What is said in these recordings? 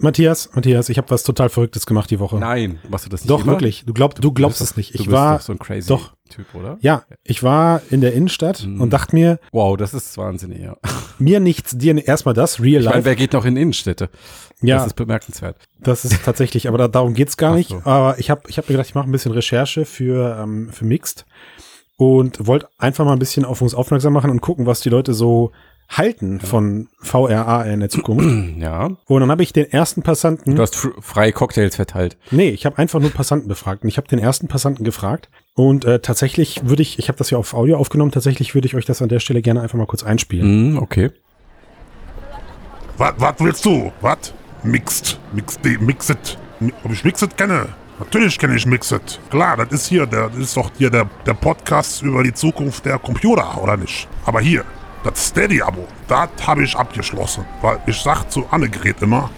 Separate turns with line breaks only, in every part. Matthias, Matthias, ich habe was total Verrücktes gemacht die Woche.
Nein, machst du das nicht
Doch,
immer?
wirklich. Du, glaub, du glaubst es nicht.
Oh. Du
Ich
bist
war,
doch so ein crazy
doch.
Typ, oder?
ja, ich war in der Innenstadt
Mhm.
und dachte mir,
Wow, das ist wahnsinnig, ja.
mir nichts, dir ni- erstmal das, real
Ich meine,
life.
wer geht noch in Innenstädte?
ja,
Das ist bemerkenswert.
Das ist tatsächlich, aber da, darum geht's gar
Ach
nicht.
so.
Aber ich habe ich hab mir gedacht, ich mache ein bisschen Recherche für, ähm, für Mixed und wollte einfach mal ein bisschen auf uns aufmerksam machen und gucken, was die Leute so halten von VR, AR in der Zukunft.
Hm, Ja.
Und dann habe ich den ersten Passanten,
Du hast fr- freie Cocktails verteilt.
nee, ich habe einfach nur Passanten befragt. Und ich habe den ersten Passanten gefragt und äh, tatsächlich würde ich, ich habe das ja auf Audio aufgenommen, tatsächlich würde ich euch das an der Stelle gerne einfach mal kurz einspielen.
Mhm, okay.
Was, was willst du? Was? Mixed. Mixed, die- mixed. Mi- Ob ich Mixed kenne? Natürlich kenne ich Mixed. Klar, das ist hier, der, das ist doch hier der, der Podcast über die Zukunft der Computer, oder nicht? Aber hier, das Steady-Abo, das habe ich abgeschlossen. Weil ich sag zu Annegret immer,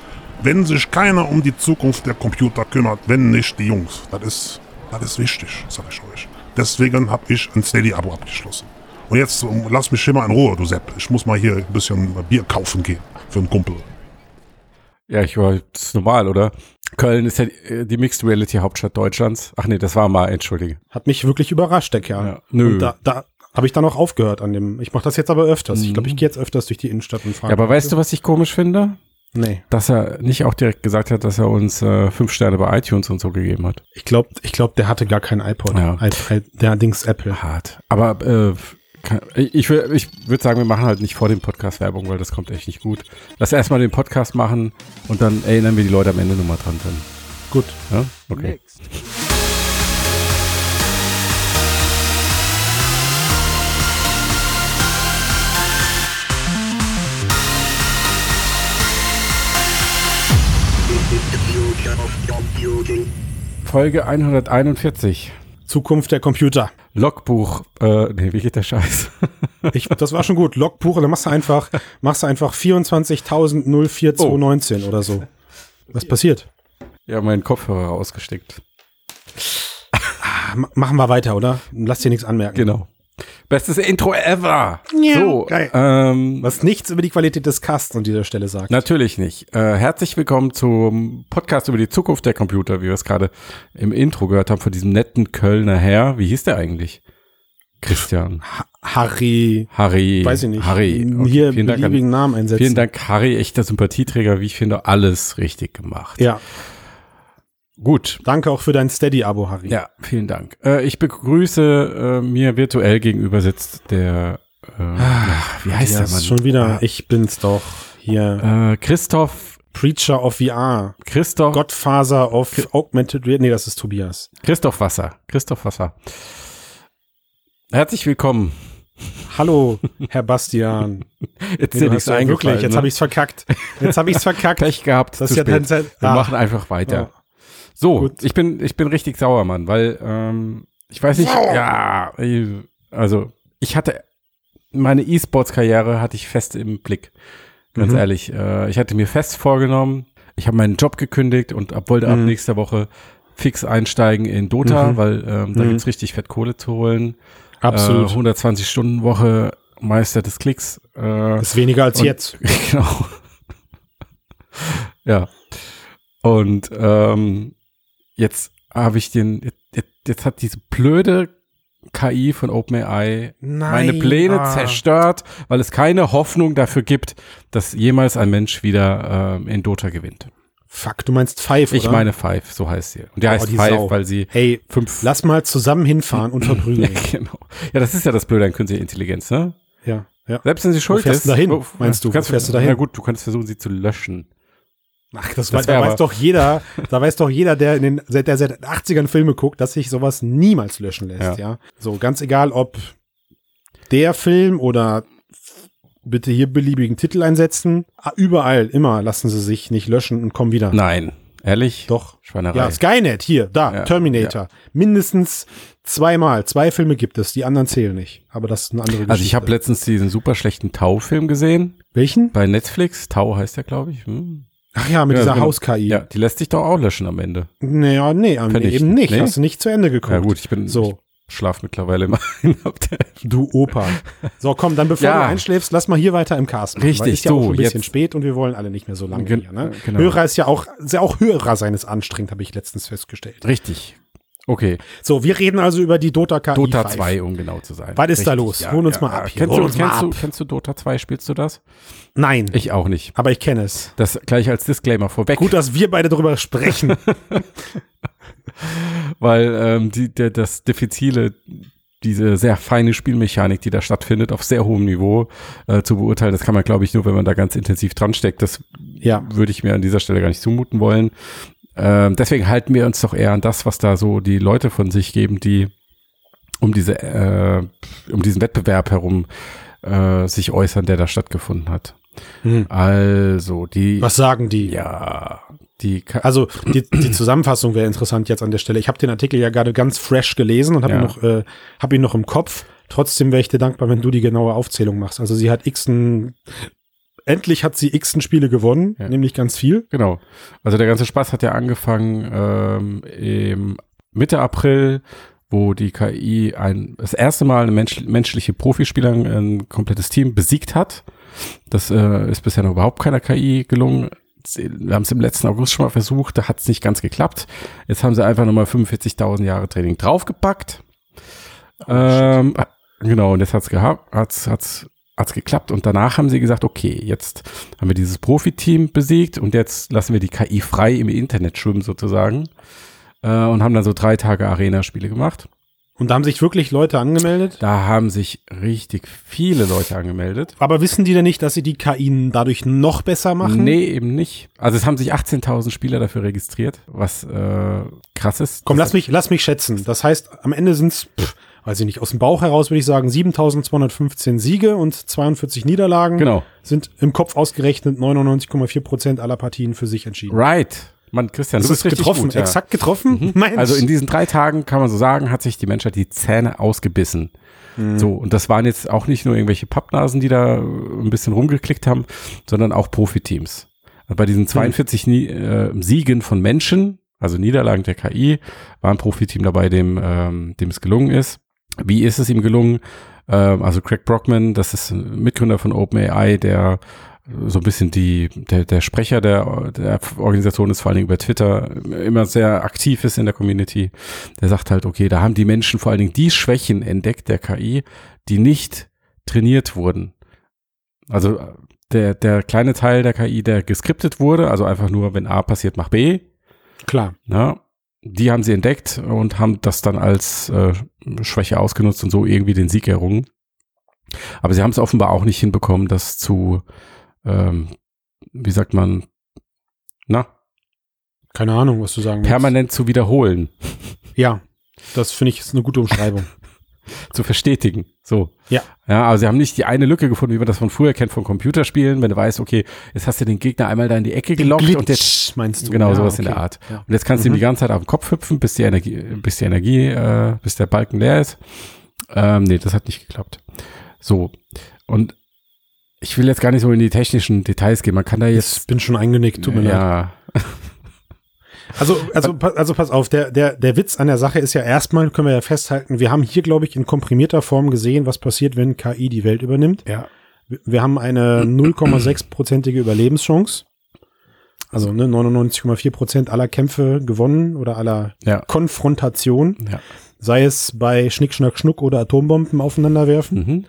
wenn sich keiner um die Zukunft der Computer kümmert, wenn nicht die Jungs. Das ist, das ist wichtig, sag ich euch. Deswegen habe ich ein Steady-Abo abgeschlossen. Und jetzt um, lass mich hier mal in Ruhe, du Sepp. Ich muss mal hier ein bisschen Bier kaufen gehen für einen Kumpel.
Ja, ich war, das ist normal, oder? Köln ist ja die, äh, die Mixed Reality Hauptstadt Deutschlands. Ach nee, das war mal, entschuldige.
Hat mich wirklich überrascht, der Kerl.
Ja. Nö.
Und da, da habe ich dann auch aufgehört an dem. Ich mache das jetzt aber öfters. Ich glaube, ich gehe jetzt öfters durch die Innenstadt und fahre.
Mhm. Ja, aber weißt du, was ich komisch finde?
Nee.
Dass er nicht auch direkt gesagt hat, dass er uns äh, fünf Sterne bei iTunes und so gegeben hat.
Ich glaube, ich glaub, der hatte gar kein iPod.
Ja.
I, I, der Dings Apple.
Hart. Aber äh, kann, ich, wür- ich würde sagen, wir machen halt nicht vor dem Podcast Werbung, weil das kommt echt nicht gut. Lass erstmal den Podcast machen und dann erinnern wir die Leute am Ende nochmal dran. Dann.
Gut.
Ja? Okay. Folge 141.
Zukunft der Computer.
Logbuch. Äh, nee, wie geht der Scheiß?
Ich, das war schon gut. Logbuch, dann machst du einfach, machst du einfach 24.004.219 oder so. Was passiert?
ja, meinen Kopfhörer ausgesteckt.
Ah, ma- machen wir weiter, oder? Lass dir nichts anmerken.
Genau. Bestes Intro ever.
Ja,
so,
geil.
Ähm,
Was nichts über die Qualität des Casts an dieser Stelle sagt.
Natürlich nicht. Äh, herzlich willkommen zum Podcast über die Zukunft der Computer, wie wir es gerade im Intro gehört haben von diesem netten Kölner Herr. Wie hieß der eigentlich? Christian.
Harry.
Harry.
Weiß ich nicht.
Harry. Okay,
Hier
vielen, Dank
beliebigen
an,
Namen einsetzen.
vielen Dank, Harry, echter Sympathieträger, wie ich finde, alles richtig gemacht.
Ja.
Gut.
Danke auch für dein Steady-Abo, Harry.
Ja, vielen Dank. Äh, ich begrüße äh, mir virtuell gegenüber sitzt der äh, wie heißt
Ja,
der Mann? Ah.
ist schon wieder. Ich bin's doch. Hier.
Äh, Oh. Christoph
Preacher of VR.
Christoph
Godfather of Augmented Reality. Nee, das ist Tobias.
Christoph Wasser. Christoph Wasser. Herzlich willkommen.
Hallo, Herr Bastian.
Jetzt
Nee,
dir
du hast
nichts
ja
eingefallen.
Wirklich, jetzt
ne?
habe ich's verkackt. Jetzt habe ich's verkackt.
Pech gehabt.
Das
zu
ist ja
spät.
dann-
Wir
ah.
machen einfach weiter. So,
Gut.
ich bin ich bin richtig sauer, Mann, weil ähm, ich weiß nicht. Ja, äh, also ich hatte meine E-Sports-Karriere hatte ich fest im Blick. Ganz
Mhm.
ehrlich, äh, ich hatte mir fest vorgenommen. Ich habe meinen Job gekündigt und ab, wollte ab
Mhm.
nächster Woche fix einsteigen in Dota,
Mhm.
weil ähm, da
Mhm.
gibt's richtig fett Kohle zu holen. Äh,
Absolut.
120 Stunden Woche, Meister des Klicks. Äh,
ist weniger als
und-
jetzt.
Genau. ja. Und ähm, jetzt habe ich den, jetzt, jetzt hat diese blöde KI von OpenAI
Nein.
meine Pläne
Ah.
zerstört, weil es keine Hoffnung dafür gibt, dass jemals ein Mensch wieder ähm, in Dota gewinnt.
Fuck, du meinst Five,
Ich
oder?
meine Five, so heißt sie. Und der
Oh,
heißt
die
Five,
Sau.
weil sie
Hey,
fünf.
lass mal zusammen hinfahren und
ja,
verprügeln.
genau. Ja, das ist ja das Blöde an künstlicher Intelligenz, ne?
ja, ja.
Selbst wenn sie schuld
fährst
ist.
du dahin, meinst du? Wo
Kannst,
fährst du dahin?
Na gut, du kannst versuchen, sie zu löschen.
Ach, das,
Das
weiß,
wär
da weiß
aber-
doch jeder, da weiß doch jeder, der in den, seit der seit den 80ern Filme guckt, dass sich sowas niemals löschen lässt, ja. So, ganz egal, ob der Film oder bitte hier beliebigen Titel einsetzen, ah, überall, immer lassen sie sich nicht löschen und kommen wieder.
Nein. Ehrlich?
Doch.
Schweinerei.
Ja, Skynet, hier, da,
Ja,
Terminator. Mindestens zweimal, zwei Filme gibt es, die anderen zählen nicht. Aber das ist eine andere Geschichte.
Also ich habe letztens diesen super schlechten Tau-Film gesehen
Welchen?
bei Netflix. Tau heißt der, glaube ich. Hm.
Ach ja, mit
Ja,
dieser
genau.
Haus-KI.
Ja, die lässt sich doch auch löschen am Ende.
Naja, nee, am- nee,
Vernichten,
eben nicht.
nee?
Hast du nicht zu Ende geguckt.
Ja gut, ich bin
So.
ich Nachtschlaf mittlerweile immer ein.
Du Opa. So, komm, dann bevor
Ja.
du einschläfst, lass mal hier weiter im Cast. machen,
Richtig,
weil ist ja auch
du,
schon ein bisschen
jetzt-
spät und wir wollen alle nicht mehr so lange
Gen-
hier. Ne?
äh, genau.
Hörer ist ja auch, ist ja auch Hörer seines anstrengend, habe ich letztens festgestellt.
Richtig. Okay,
So, wir reden also über die Dota KI.
Dota
5.
2, um genau zu sein.
Was ist da los? Holen uns mal ab hier.
Kennst,
Holen
du,
uns mal
kennst, du,
ab.
kennst du Dota 2? Spielst du das?
Nein,
Ich auch nicht.
aber ich kenne es.
Das gleich als Disclaimer vorweg,
Gut, dass wir beide darüber sprechen.
weil ähm, die, der, das Diffizile, diese sehr feine Spielmechanik, die da stattfindet, auf sehr hohem Niveau äh, zu beurteilen, das kann man, glaube ich, nur, wenn man da ganz intensiv dran steckt. Das
ja.
würde ich mir an dieser Stelle gar nicht zumuten wollen. Ähm, deswegen halten wir uns doch eher an das, was da so die Leute von sich geben, die um diese, äh, um diesen Wettbewerb herum äh, sich äußern, der da stattgefunden hat.
Hm.
Also die,
Was sagen die?
ja, die, Ka-
Also die, die Zusammenfassung wäre interessant jetzt an der Stelle. Ich habe den Artikel ja gerade ganz fresh gelesen und habe
Ja.
ihn, noch, äh, hab ihn noch im Kopf. Trotzdem wäre ich dir dankbar, wenn du die genaue Aufzählung machst. Also sie hat xen, endlich hat sie xen Spiele gewonnen,
Ja.
nämlich ganz viel.
Genau. Also der ganze Spaß hat ja angefangen ähm, im Mitte April, wo die KI ein, das erste Mal eine Mensch, menschliche Profispieler, ein komplettes Team besiegt hat. Das äh, ist bisher noch überhaupt keiner KI gelungen. Sie- Wir haben es im letzten August schon mal versucht, da hat es nicht ganz geklappt. Jetzt haben sie einfach nochmal 45.000 Jahre Training draufgepackt. ähm, genau, und jetzt hat es gehabt, hat's, hat's, hat's geklappt. Und danach haben sie gesagt, okay, jetzt haben wir dieses Profiteam besiegt und jetzt lassen wir die KI frei im Internet schwimmen sozusagen. Äh, und haben dann so drei Tage Arena-Spiele gemacht.
Und da haben sich wirklich Leute angemeldet.
Da haben sich richtig viele Leute angemeldet.
Aber wissen die denn nicht, dass sie die KI dadurch noch besser machen?
Nee, eben nicht. Also es haben sich 18.000 Spieler dafür registriert, was äh, krass ist.
Komm,
Das-
lass mich, lass mich schätzen. Das heißt, am Ende sind es, weiß ich nicht, aus dem Bauch heraus würde ich sagen, 7215 Siege und 42 Niederlagen.
Genau.
Sind im Kopf ausgerechnet 99,4 Prozent aller Partien für sich entschieden.
Right. Mann, Christian, du
Das
bist
ist
richtig
getroffen,
gut, ja.
exakt getroffen. Mensch.
Also in diesen drei Tagen kann man so sagen, hat sich die Menschheit die Zähne ausgebissen. So, und das waren jetzt auch nicht nur irgendwelche Pappnasen, die da äh, ein bisschen rumgeklickt haben, sondern auch Profiteams. Und bei diesen 42 Nie äh, Siegen von Menschen, also Niederlagen der KI, war ein Profiteam dabei, dem, ähm, dem es gelungen ist. Wie ist es ihm gelungen? Ähm, also Craig Brockman, das ist ein Mitgründer von OpenAI, der so ein bisschen die, der, der Sprecher der, der Organisation ist, vor allen Dingen über Twitter, immer sehr aktiv ist in der Community, der sagt halt, okay, da haben die Menschen vor allen Dingen die Schwächen entdeckt der KI, die nicht trainiert wurden. Also äh, der, der kleine Teil der KI, der geskriptet wurde, also einfach nur, wenn A passiert, mach B,
Klar.
na, Ne? die haben sie entdeckt und haben das dann als äh, Schwäche ausgenutzt und so irgendwie den Sieg errungen. Aber sie haben es offenbar auch nicht hinbekommen, das zu, ähm, wie sagt man, na,
Keine Ahnung, was du sagen willst.
permanent zu wiederholen,
Ja. Das finde ich ist eine gute Umschreibung.
zu verstetigen. So.
Ja.
Ja, aber sie haben nicht die eine Lücke gefunden, wie man das von früher kennt, von Computerspielen, wenn du weißt, okay, jetzt hast du den Gegner einmal da in die Ecke gelockt und jetzt
Glitch, meinst du?
Genau,
Ja,
sowas in
okay.
der Art.
Ja.
Und jetzt kannst du ihm
Mhm.
die ganze Zeit auf den Kopf hüpfen, bis die Energie, bis die Energie, äh, bis der Balken leer ist. Ähm, nee, das hat nicht geklappt. So. Und ich will jetzt gar nicht so in die technischen Details gehen. Man kann da
Ich
jetzt.
bin schon eingenickt, tut mir leid.
ja,
Also, also, pa- also pass auf, der, der, der Witz an der Sache ist ja erstmal, können wir ja festhalten, wir haben hier, glaube ich, in komprimierter Form gesehen, was passiert, wenn KI die Welt übernimmt.
ja.
Wir- Wir haben eine 0,6-prozentige Überlebenschance. Also ne, 99,4 Prozent aller Kämpfe gewonnen oder aller
Ja.
Konfrontation,
Ja.
sei es bei Schnick, Schnack, Schnuck oder Atombomben aufeinanderwerfen.
Mhm.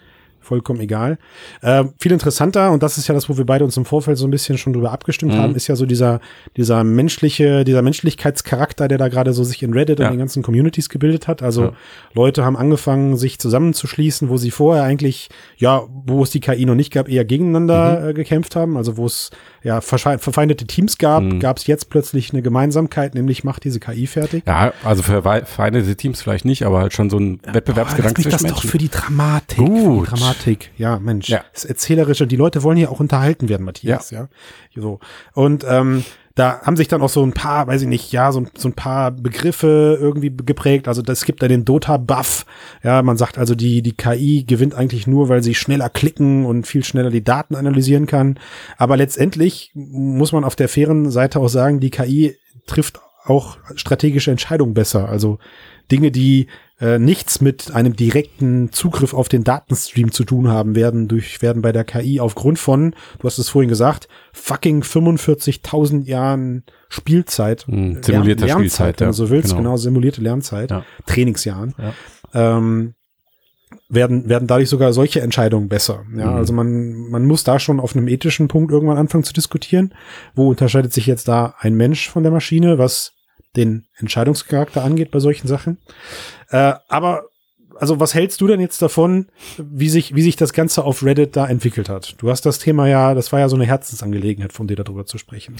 vollkommen egal. Äh, viel interessanter, und das ist ja das, wo wir beide uns im Vorfeld so ein bisschen schon drüber abgestimmt
Mhm.
haben, ist ja so dieser, dieser menschliche, dieser Menschlichkeitscharakter, der da gerade so sich in Reddit
Ja.
und den ganzen Communities gebildet hat. Also
Ja.
Leute haben angefangen, sich zusammenzuschließen, wo sie vorher eigentlich, ja, wo es die KI noch nicht gab, eher gegeneinander
Mhm.
äh, gekämpft haben. Also wo es ja verschwe- verfeindete Teams gab,
Mhm.
gab es jetzt plötzlich eine Gemeinsamkeit, nämlich macht diese KI fertig.
ja, also für wei- vereinete Teams vielleicht nicht, aber halt schon so ein Wettbewerbsgedanke
Lass mich das
zwischen
doch
Menschen.
für die Dramatik. Für
Gut.
die Dramatik. Ja, Mensch.
Ja.
Das Erzählerische. Die Leute wollen ja auch unterhalten werden, Matthias. Ja. So. Und ähm, da haben sich dann auch so ein paar, weiß ich nicht, ja, so, ein- so ein paar Begriffe irgendwie geprägt. Also das gibt da den Dota-Buff. Ja, man sagt also, die, die KI gewinnt eigentlich nur, weil sie schneller klicken und viel schneller die Daten analysieren kann. Aber letztendlich muss man auf der fairen Seite auch sagen, die KI trifft auch strategische Entscheidungen besser. Also Dinge, die äh, nichts mit einem direkten Zugriff auf den Datenstream zu tun haben werden, durch, werden bei der KI aufgrund von, du hast es vorhin gesagt, fucking 45.000 Jahren Spielzeit.
Hm, simulierte
Lern-
Spielzeit,
wenn
ja,
du so willst,
genau.
genau, simulierte Lernzeit,
Ja.
Trainingsjahren. Ähm, werden, werden dadurch sogar solche Entscheidungen besser. Ja,
Mhm.
also man, man muss da schon auf einem ethischen Punkt irgendwann anfangen zu diskutieren. Wo unterscheidet sich jetzt da ein Mensch von der Maschine, was den Entscheidungscharakter angeht bei solchen Sachen? Äh, aber, also was hältst du denn jetzt davon, wie sich, wie sich das Ganze auf Reddit da entwickelt hat? Du hast das Thema ja, das war ja so eine Herzensangelegenheit von dir darüber zu sprechen.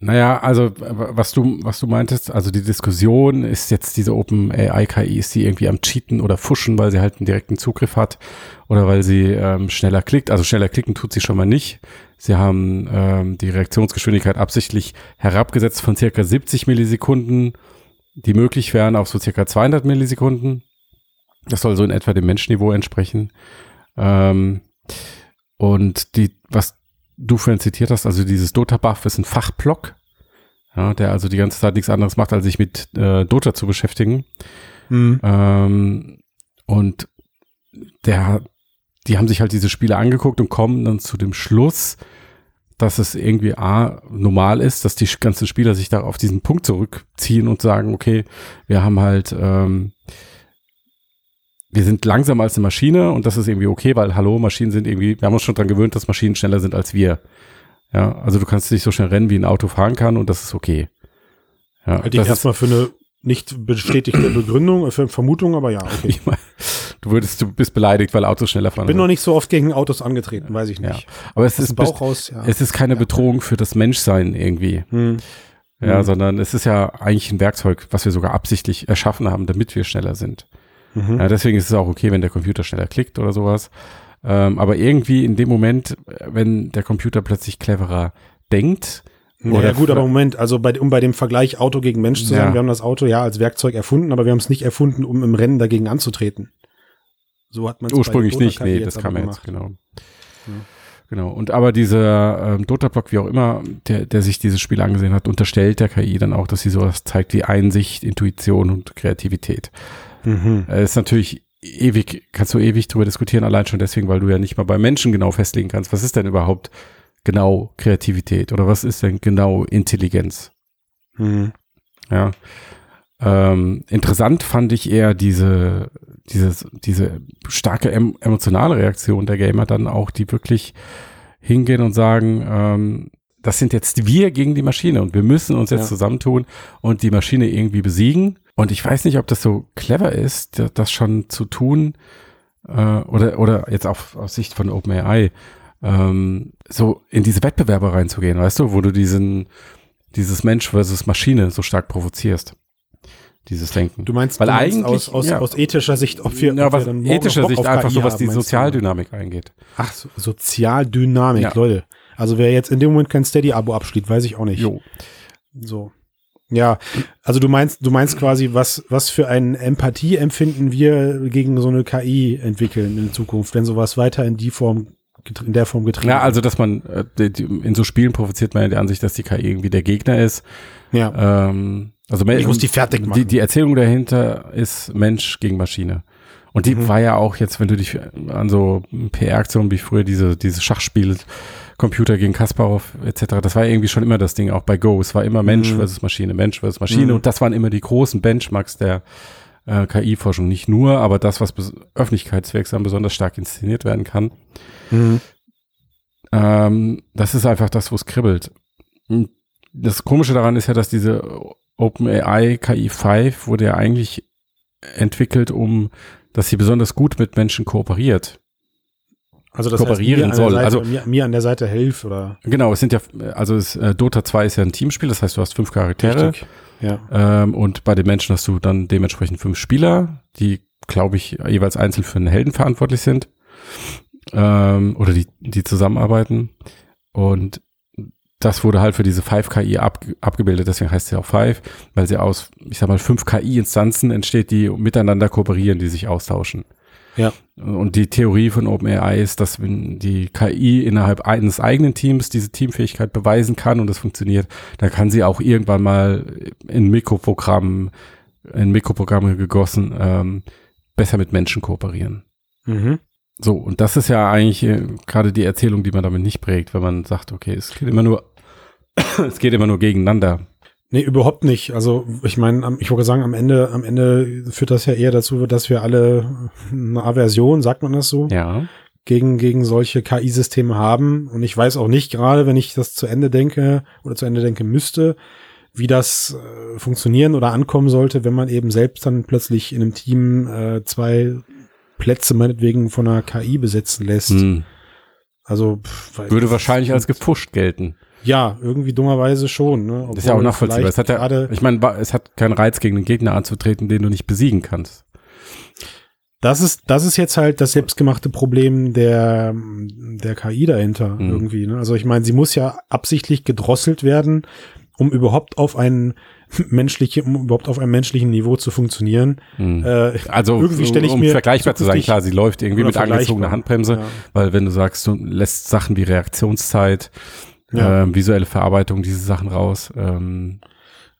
Naja, also w- was du, was du meintest, also die Diskussion ist jetzt diese Open AI KI, ist die irgendwie am Cheaten oder Fuschen, weil sie halt einen direkten Zugriff hat oder weil sie ähm, schneller klickt. Also schneller klicken tut sie schon mal nicht. Sie haben ähm, die Reaktionsgeschwindigkeit absichtlich herabgesetzt von circa 70 Millisekunden, die möglich wären, auf so circa 200 Millisekunden. Das soll so in etwa dem Menschenniveau entsprechen. Ähm, und die, was du vorhin zitiert hast, also dieses Dota-Buff ist ein Fachblock, ja, der also die ganze Zeit nichts anderes macht, als sich mit äh, Dota zu beschäftigen. Mhm.
Mhm.
Ähm, und der, die haben sich halt diese Spiele angeguckt und kommen dann zu dem Schluss, dass es irgendwie A, normal ist, dass die sch- ganzen Spieler sich da auf diesen Punkt zurückziehen und sagen, okay, wir haben halt, ähm, wir sind langsamer als eine Maschine und das ist irgendwie okay, weil hallo, Maschinen sind irgendwie, wir haben uns schon dran gewöhnt, dass Maschinen schneller sind als wir. Ja, also du kannst nicht so schnell rennen, wie ein Auto fahren kann und das ist okay. Ja,
Halte ich
das ist-
erstmal für eine nicht bestätigte Begründung, äh, für Vermutung, aber ja, okay.
Ich mein, du würdest, du bist beleidigt, weil Autos schneller fahren.
Bin noch nicht so oft gegen Autos angetreten, weiß ich
ja.
nicht.
Aber es
Aus
ist,
dem Bauch raus, ja.
es ist keine Bedrohung für das Menschsein irgendwie.
Hm.
Ja,
Mhm.
sondern es ist ja eigentlich ein Werkzeug, was wir sogar absichtlich erschaffen haben, damit wir schneller sind.
Mhm.
Ja, deswegen ist es auch okay, wenn der Computer schneller klickt oder sowas. Ähm, aber irgendwie in dem Moment, äh, wenn der Computer plötzlich cleverer denkt,
Ja,
Oder
ja gut, aber
für-
Moment, also bei, um bei dem Vergleich Auto gegen Mensch zu
Ja.
sagen, wir haben das Auto ja als Werkzeug erfunden, aber wir haben es nicht erfunden, um im Rennen dagegen anzutreten. So hat man
ursprünglich nicht, nee, das kam ja jetzt, genau. Genau. Und aber dieser ähm, Dota-Block, wie auch immer, der, der sich dieses Spiel angesehen hat, unterstellt der KI dann auch, dass sie sowas zeigt wie Einsicht, Intuition und Kreativität.
Mhm.
Äh, ist natürlich ewig, kannst du ewig drüber diskutieren, allein schon deswegen, weil du ja nicht mal bei Menschen genau festlegen kannst, was ist denn überhaupt genau Kreativität oder was ist denn genau Intelligenz?
Mhm.
Ja. Ähm, interessant fand ich eher diese, dieses, diese starke em emotionale Reaktion der Gamer dann auch, die wirklich hingehen und sagen, ähm, das sind jetzt wir gegen die Maschine und wir müssen uns jetzt
Ja.
zusammentun und die Maschine irgendwie besiegen. Und ich weiß nicht, ob das so clever ist, da- das schon zu tun äh, oder, oder jetzt auf, auf Sicht von OpenAI, ähm, so in diese Wettbewerbe reinzugehen, weißt du, wo du diesen, dieses Mensch versus Maschine so stark provozierst. Dieses Denken.
Du meinst,
Weil
du meinst
eigentlich-
aus, aus,
ja.
aus ethischer Sicht, ob wir,
ja,
ob wir
was
dann morgen
ethischer
noch Bock
Sicht
auf
einfach
KI
so, was die
haben, meinst du?
Sozialdynamik eingeht.
Ach, so, Sozialdynamik,
Ja.
Leute. Also wer jetzt in dem Moment kein Steady-Abo abschließt, weiß ich auch nicht.
Jo.
So. Ja, also du meinst, du meinst quasi, was, was für ein Empathieempfinden wir gegen so eine KI entwickeln in Zukunft, wenn sowas weiter in die Form, getr- in der Form getrieben
Ja, also, dass man, äh, die- die- in so Spielen provoziert man ja die Ansicht, dass die KI irgendwie der Gegner ist.
wird. Ja.
Ähm, also, Mensch-
Ich muss die fertig machen.
Die, die Erzählung dahinter ist Mensch gegen Maschine. Und die
Mhm.
war ja auch jetzt, wenn du dich an so PR-Aktionen wie früher diese, diese Schachspiele, Computer gegen Kasparov etc., das war ja irgendwie schon immer das Ding, auch bei Go. Es war immer Mensch versus Maschine, Mensch versus Maschine.
Mhm.
Und das waren immer die großen Benchmarks der äh, KI-Forschung. Nicht nur, aber das, was bes- öffentlichkeitswirksam besonders stark inszeniert werden kann. äh,
Mhm.
Ähm, das ist einfach das, wo es kribbelt. Und Das Komische daran ist ja, dass diese OpenAI KI5 wurde ja eigentlich entwickelt, um, dass sie besonders gut mit Menschen kooperiert.
Also das
kooperieren
heißt, mir an der
soll.
Seite,
Also-
mir, mir an der Seite hilf oder
Genau, es sind ja, also es, äh, Dota 2 ist ja ein Teamspiel, das heißt, du hast fünf Charaktere.
Richtig. Ja.
Ähm, und bei den Menschen hast du dann dementsprechend fünf Spieler, die, glaube ich, jeweils einzeln für einen Helden verantwortlich sind. Ähm, oder die, die zusammenarbeiten. Und das wurde halt für diese 5KI ab, abgebildet, deswegen heißt sie auch 5, weil sie aus, ich sag mal, fünf KI-Instanzen entsteht, die miteinander kooperieren, die sich austauschen.
Ja.
Und die Theorie von OpenAI ist, dass wenn die KI innerhalb eines eigenen Teams diese Teamfähigkeit beweisen kann und das funktioniert, dann kann sie auch irgendwann mal in Mikroprogrammen, in Mikroprogramme gegossen, ähm, besser mit Menschen kooperieren.
Mhm.
So, und das ist ja eigentlich äh, gerade die Erzählung, die man damit nicht prägt, wenn man sagt, okay, es geht immer nur, es geht immer nur gegeneinander.
Nee, überhaupt nicht. Also ich meine, am- ich würde sagen, am Ende, am Ende führt das ja eher dazu, dass wir alle eine Aversion, sagt man das so,
Ja.
gegen, gegen solche KI-Systeme haben. Und ich weiß auch nicht gerade, wenn ich das zu Ende denke oder zu Ende denken müsste, wie das äh, funktionieren oder ankommen sollte, wenn man eben selbst dann plötzlich in einem Team äh, zwei Plätze meinetwegen von einer KI besetzen lässt.
Hm.
Also pff, weiß
Würde
nicht.
wahrscheinlich als gepusht gelten.
ja irgendwie dummerweise schon. Ne?
Das ist ja auch
Obwohl
nachvollziehbar.
vielleicht
Es hat ja,
gerade-
ich meine, wa- es hat keinen Reiz, gegen den Gegner anzutreten, den du nicht besiegen kannst.
Das ist, das ist jetzt halt das selbstgemachte Problem der, der KI dahinter
Mhm.
irgendwie. Ne? Also ich meine, sie muss ja absichtlich gedrosselt werden, um überhaupt auf einen menschlichen, um überhaupt auf einem menschlichen Niveau zu funktionieren.
Hm.
Äh,
Also,
irgendwie stelle ich
um
mir
vergleichbar zu sein,
zukünftig-
klar, sie läuft irgendwie
Oder
mit angezogener
vergleichbar.
Handbremse,
Ja.
weil wenn du sagst, du lässt Sachen wie Reaktionszeit,
Ja.
ähm, visuelle Verarbeitung, diese Sachen raus, ähm,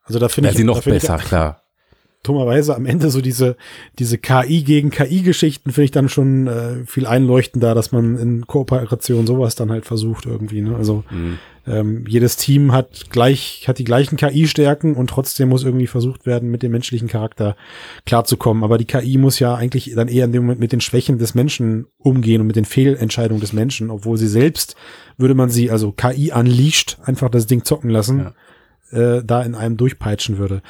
also da finde
wäre
ich,
sie noch
da finde
besser, klar.
Ich, dummerweise am Ende so diese, diese KI gegen KI-Geschichten finde ich dann schon äh, viel einleuchtender, dass man in Kooperation sowas dann halt versucht irgendwie. Ne? Also
Hm.
Ähm, jedes Team hat gleich, hat die gleichen KI-Stärken und trotzdem muss irgendwie versucht werden, mit dem menschlichen Charakter klarzukommen. Aber die KI muss ja eigentlich dann eher in dem Moment mit den Schwächen des Menschen umgehen und mit den Fehlentscheidungen des Menschen, obwohl sie selbst, würde man sie, also KI unleashed, einfach das Ding zocken lassen, äh, da in einem durchpeitschen würde.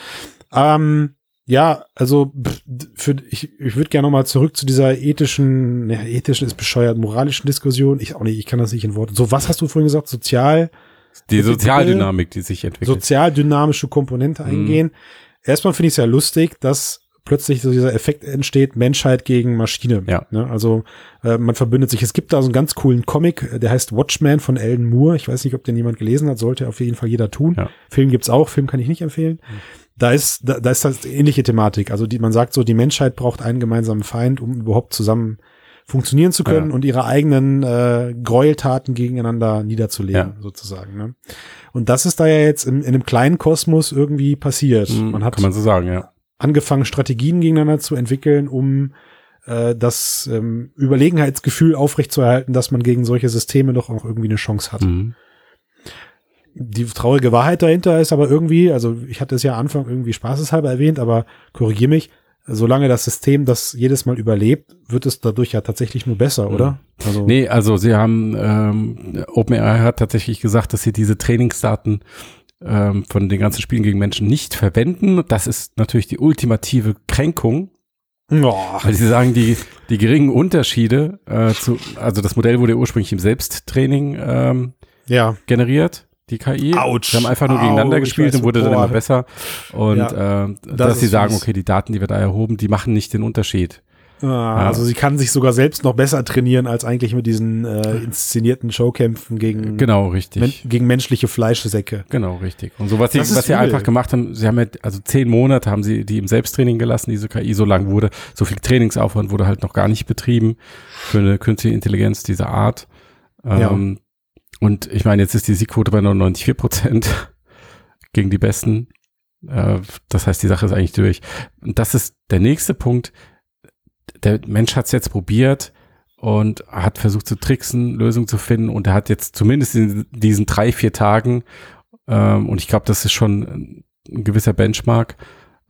Ähm, ja, also pff, für, ich, ich würde gerne nochmal zurück zu dieser ethischen, ja, ethischen ist bescheuert, moralischen Diskussion. Ich auch nicht, ich kann das nicht in Worten. So, was hast du vorhin gesagt? Sozial,
Die
Prinzipiell-
Sozialdynamik, die sich entwickelt. Mhm.
sozialdynamische Komponente eingehen. Erstmal finde ich es ja lustig, dass plötzlich so dieser Effekt entsteht, Menschheit gegen Maschine.
Ja.
Ne? Also äh, man verbündet sich. Es gibt da so einen ganz coolen Comic, äh, der heißt Watchman von Alan Moore. Ich weiß nicht, ob den jemand gelesen hat, sollte auf jeden Fall jeder tun.
Ja. Mhm.
Film gibt's auch, Film kann ich nicht empfehlen. Da ist, da, da ist das ähnliche Thematik. Also die, man sagt so, die Menschheit braucht einen gemeinsamen Feind, um überhaupt zusammen funktionieren zu können
Ja.
und ihre eigenen äh, Gräueltaten gegeneinander niederzulegen,
Ja.
sozusagen. Ne? Und das ist da ja jetzt in, in einem kleinen Kosmos irgendwie passiert.
Hm,
man hat
kann man so sagen, ja.
angefangen, Strategien gegeneinander zu entwickeln, um äh, das ähm, Überlegenheitsgefühl aufrechtzuerhalten, dass man gegen solche Systeme doch auch irgendwie eine Chance hat.
Hm.
Die traurige Wahrheit dahinter ist aber irgendwie, also ich hatte es ja am Anfang irgendwie spaßeshalber erwähnt, aber korrigier mich, solange das System das jedes Mal überlebt, wird es dadurch ja tatsächlich nur besser, oder? Also,
Hm. Nee, also sie haben, ähm, OpenAI hat tatsächlich gesagt, dass sie diese Trainingsdaten ähm, von den ganzen Spielen gegen Menschen nicht verwenden. Das ist natürlich die ultimative Kränkung,
Boah.
weil sie sagen, die, die geringen Unterschiede äh, zu, also das Modell wurde ursprünglich im Selbsttraining ähm,
ja.
generiert. Die KI.
Autsch.
Sie haben einfach nur gegeneinander
Au, ich
gespielt
weiß,
und wurde dann
boah.
immer besser. Und
Ja,
ähm,
das
dass
ist
sie sagen,
fies.
okay, die Daten, die wir da erhoben, die machen nicht den Unterschied.
Ah, Also sie kann sich sogar selbst noch besser trainieren als eigentlich mit diesen äh, inszenierten Showkämpfen gegen,
Genau, richtig.
men gegen menschliche Fleischsäcke.
Genau, richtig. Und so was sie,
Das ist
was sie
übel.
einfach gemacht haben, sie haben ja, also zehn Monate haben sie die im Selbsttraining gelassen, diese KI so lang wurde, so viel Trainingsaufwand wurde halt noch gar nicht betrieben für eine künstliche Intelligenz dieser Art. Ähm, Und ich meine, jetzt ist die Siegquote bei 99,4 Prozent gegen die Besten. Äh, das heißt, die Sache ist eigentlich durch. Und das ist der nächste Punkt. Der Mensch hat es jetzt probiert und hat versucht zu tricksen, Lösungen zu finden und er hat jetzt zumindest in diesen drei, vier Tagen, ähm, und ich glaube, das ist schon ein gewisser Benchmark,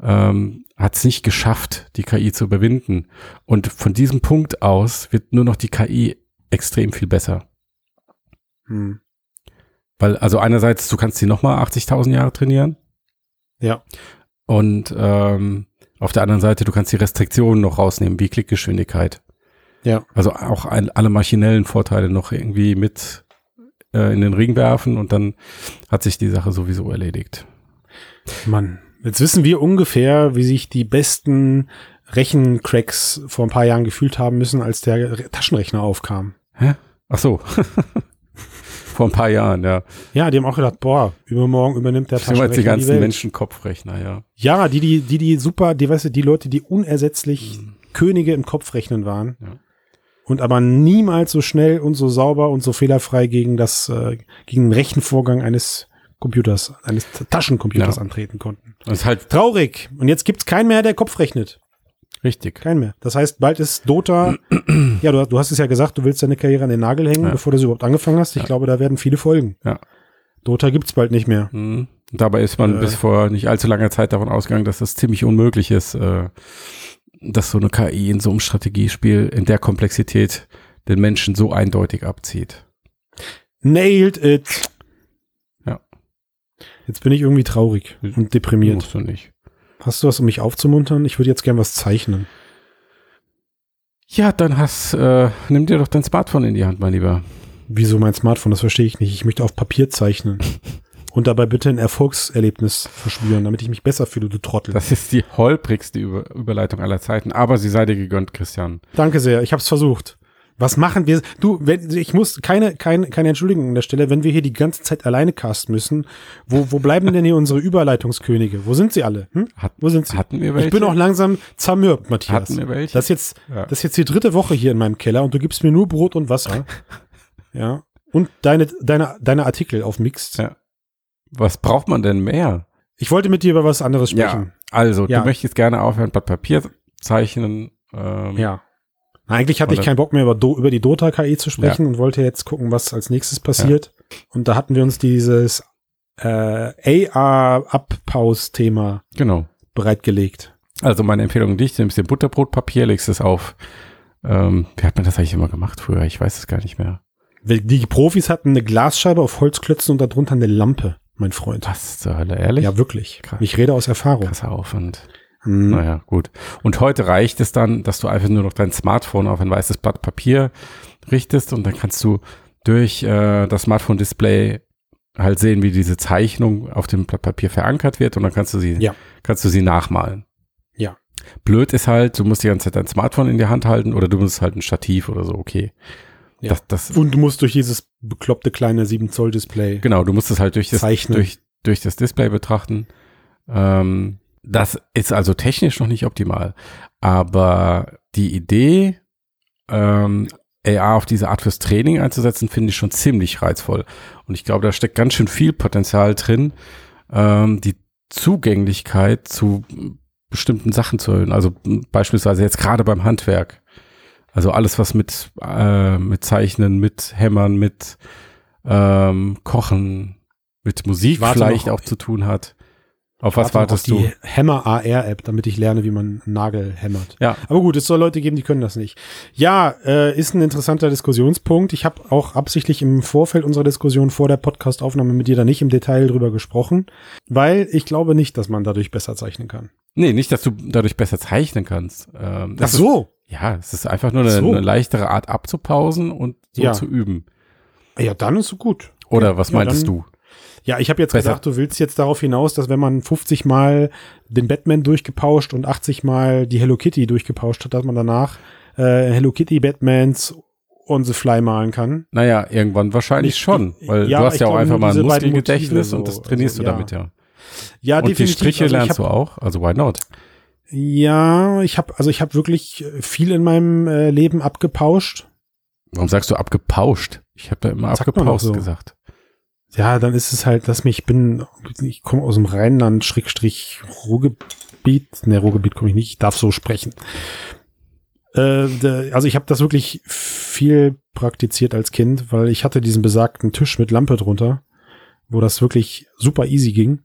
ähm, hat es nicht geschafft, die KI zu überwinden. Und von diesem Punkt aus wird nur noch die KI extrem viel besser.
Hm.
Weil, also einerseits, du kannst die nochmal 80.000 Jahre trainieren.
Ja.
Und ähm, auf der anderen Seite, du kannst die Restriktionen noch rausnehmen, wie Klickgeschwindigkeit.
Ja.
Also auch ein, alle maschinellen Vorteile noch irgendwie mit äh, in den Ring werfen und dann hat sich die Sache sowieso erledigt.
Mann. Jetzt wissen wir ungefähr, wie sich die besten Rechencracks vor ein paar Jahren gefühlt haben müssen, als der Re- Taschenrechner aufkam.
Ach so. Vor ein paar Jahren, ja.
Ja, die haben auch gedacht, boah, übermorgen übernimmt der
Das sind jetzt die
Taschenrechner die
ganzen
Welt.
Menschen Kopfrechner, ja.
Ja, die, die, die, die super, die, weißt du, die Leute, die unersetzlich Könige im Kopfrechnen waren.
Mhm. Ja.
Und aber niemals so schnell und so sauber und so fehlerfrei gegen das, äh, gegen den rechten Vorgang eines Computers, eines T- Taschencomputers
Ja.
antreten konnten.
Das ist halt
Traurig. Und jetzt gibt's keinen mehr, der Kopfrechnet.
richtig.
Kein mehr. Das heißt, bald ist Dota, ja, du, du hast es ja gesagt, du willst deine Karriere an den Nagel hängen,
Ja.
bevor du sie überhaupt angefangen hast. Ich glaube, da werden viele folgen.
Ja.
Dota gibt's bald nicht mehr.
Mhm. Und Dabei ist man
Äh.
bis vor nicht allzu langer Zeit davon ausgegangen, dass das ziemlich unmöglich ist, äh, dass so eine KI in so einem Strategiespiel in der Komplexität den Menschen so eindeutig abzieht.
Nailed it.
Ja.
Jetzt bin ich irgendwie traurig und deprimiert.
Musst du nicht.
Hast du was, um mich aufzumuntern? Ich würde jetzt gern was zeichnen.
Ja, dann hast, äh, nimm dir doch dein Smartphone in die Hand, mein Lieber.
Wieso mein Smartphone? Das verstehe ich nicht. Ich möchte auf Papier zeichnen. Und dabei bitte ein Erfolgserlebnis verspüren, damit ich mich besser fühle, du Trottel.
Das ist die holprigste Über Überleitung aller Zeiten, aber sie sei dir gegönnt, Christian.
Danke sehr. Ich habe es versucht. Was machen wir? Du, wenn, ich muss keine, keine, keine Entschuldigung an der Stelle, wenn wir hier die ganze Zeit alleine casten müssen. Wo, wo bleiben denn hier unsere Überleitungskönige? Wo sind sie alle? Hm?
Hat-
wo sind sie?
hatten wir welche?
Ich bin auch langsam zermürbt, Matthias.
Hatten wir welche?
Das ist jetzt,
Ja.
das ist jetzt die dritte Woche hier in meinem Keller und du gibst mir nur Brot und Wasser. ja. Und deine, deine, deine Artikel auf Mixed.
Ja. Was braucht man denn mehr?
Ich wollte mit dir über was anderes sprechen.
Also,
Ja.
du möchtest gerne aufhören, Blatt Papier zeichnen. Ähm,
Ja. Na, eigentlich hatte ich
Oder-
keinen Bock mehr über, Do, über die Dota KI zu sprechen und wollte jetzt gucken, was als nächstes passiert. Und da hatten wir uns dieses äh, AR-Abpause-Thema
Genau.
bereitgelegt.
Also meine Empfehlung an dich, nimmst dir Butterbrotpapier, legst es auf. Ähm, wie hat man das eigentlich immer gemacht früher? Ich weiß es gar nicht mehr.
Weil Die Profis hatten eine Glasscheibe auf Holzklötzen und darunter eine Lampe, mein Freund.
Was zur Hölle, ehrlich?
Ja, wirklich.
Krass.
Ich rede aus Erfahrung.
Krasser Aufwand.
Mhm.
Naja, gut. Und heute reicht es dann, dass du einfach nur noch dein Smartphone auf ein weißes Blatt Papier richtest und dann kannst du durch äh, das Smartphone-Display halt sehen, wie diese Zeichnung auf dem Blatt Papier verankert wird und dann kannst du sie,
Ja.
kannst du sie nachmalen.
Ja.
Blöd ist halt, du musst die ganze Zeit dein Smartphone in die Hand halten oder du musst halt ein Stativ oder so, okay.
Ja.
Das, das
Und du musst durch dieses bekloppte kleine 7-Zoll-Display
Genau, du musst es halt durch das,
Zeichnen.
durch, durch das Display betrachten. Ähm, das ist also technisch noch nicht optimal. Aber die Idee, ähm, AR auf diese Art fürs Training einzusetzen, finde ich schon ziemlich reizvoll. Und ich glaube, da steckt ganz schön viel Potenzial drin, ähm, die Zugänglichkeit zu bestimmten Sachen zu erhöhen. Also m, beispielsweise jetzt gerade beim Handwerk. Also alles, was mit, äh, mit Zeichnen, mit Hämmern, mit ähm, Kochen, mit Musik
Ich warte
vielleicht
noch-
auch zu tun hat. Auf was wartest
auf
du?
die Hammer AR App, damit ich lerne, wie man einen Nagel hämmert.
Ja.
Aber gut, es soll Leute geben, die können das nicht. Ja, äh, ist ein interessanter Diskussionspunkt. Ich habe auch absichtlich im Vorfeld unserer Diskussion vor der Podcastaufnahme mit dir da nicht im Detail drüber gesprochen, weil ich glaube nicht, dass man dadurch besser zeichnen kann.
Nee, nicht, dass du dadurch besser zeichnen kannst. Ähm, das Ist,
so.
ja, es ist einfach nur eine,
So.
eine leichtere Art abzupausen und so
Ja.
zu üben.
Ja, dann ist so gut.
Oder was
Ja,
meintest
dann-
du?
Ja, ich habe jetzt
Besser.
gedacht, du willst jetzt darauf hinaus, dass wenn man 50 Mal den Batman durchgepauscht und 80 Mal die Hello Kitty durchgepauscht hat, dass man danach äh, Hello Kitty Batmans on the fly malen kann.
Naja, irgendwann wahrscheinlich
Ich-
schon,
ich-
weil
ja,
du hast
ich
ja auch
glaube,
einfach
nur
mal ein
diese beiden
Muskelgedächtnis
Motive
und das
so.
trainierst
Also,
du
ja.
damit ja.
Ja,
und die Striche
Also ich
lernst
hab-
du auch, also why not?
Ja, ich habe also ich habe wirklich viel in meinem äh, Leben abgepauscht.
Warum sagst du abgepauscht? Ich habe da immer
Sagt man auch
abgepauscht
so.
gesagt.
Ja, dann ist es halt, dass mich ich bin ich komme aus dem Rheinland Schrägstrich Ruhrgebiet, ne Ruhrgebiet komme ich nicht, ich darf so sprechen. Äh, da- also ich habe das wirklich viel praktiziert als Kind, weil ich hatte diesen besagten Tisch mit Lampe drunter, wo das wirklich super easy ging.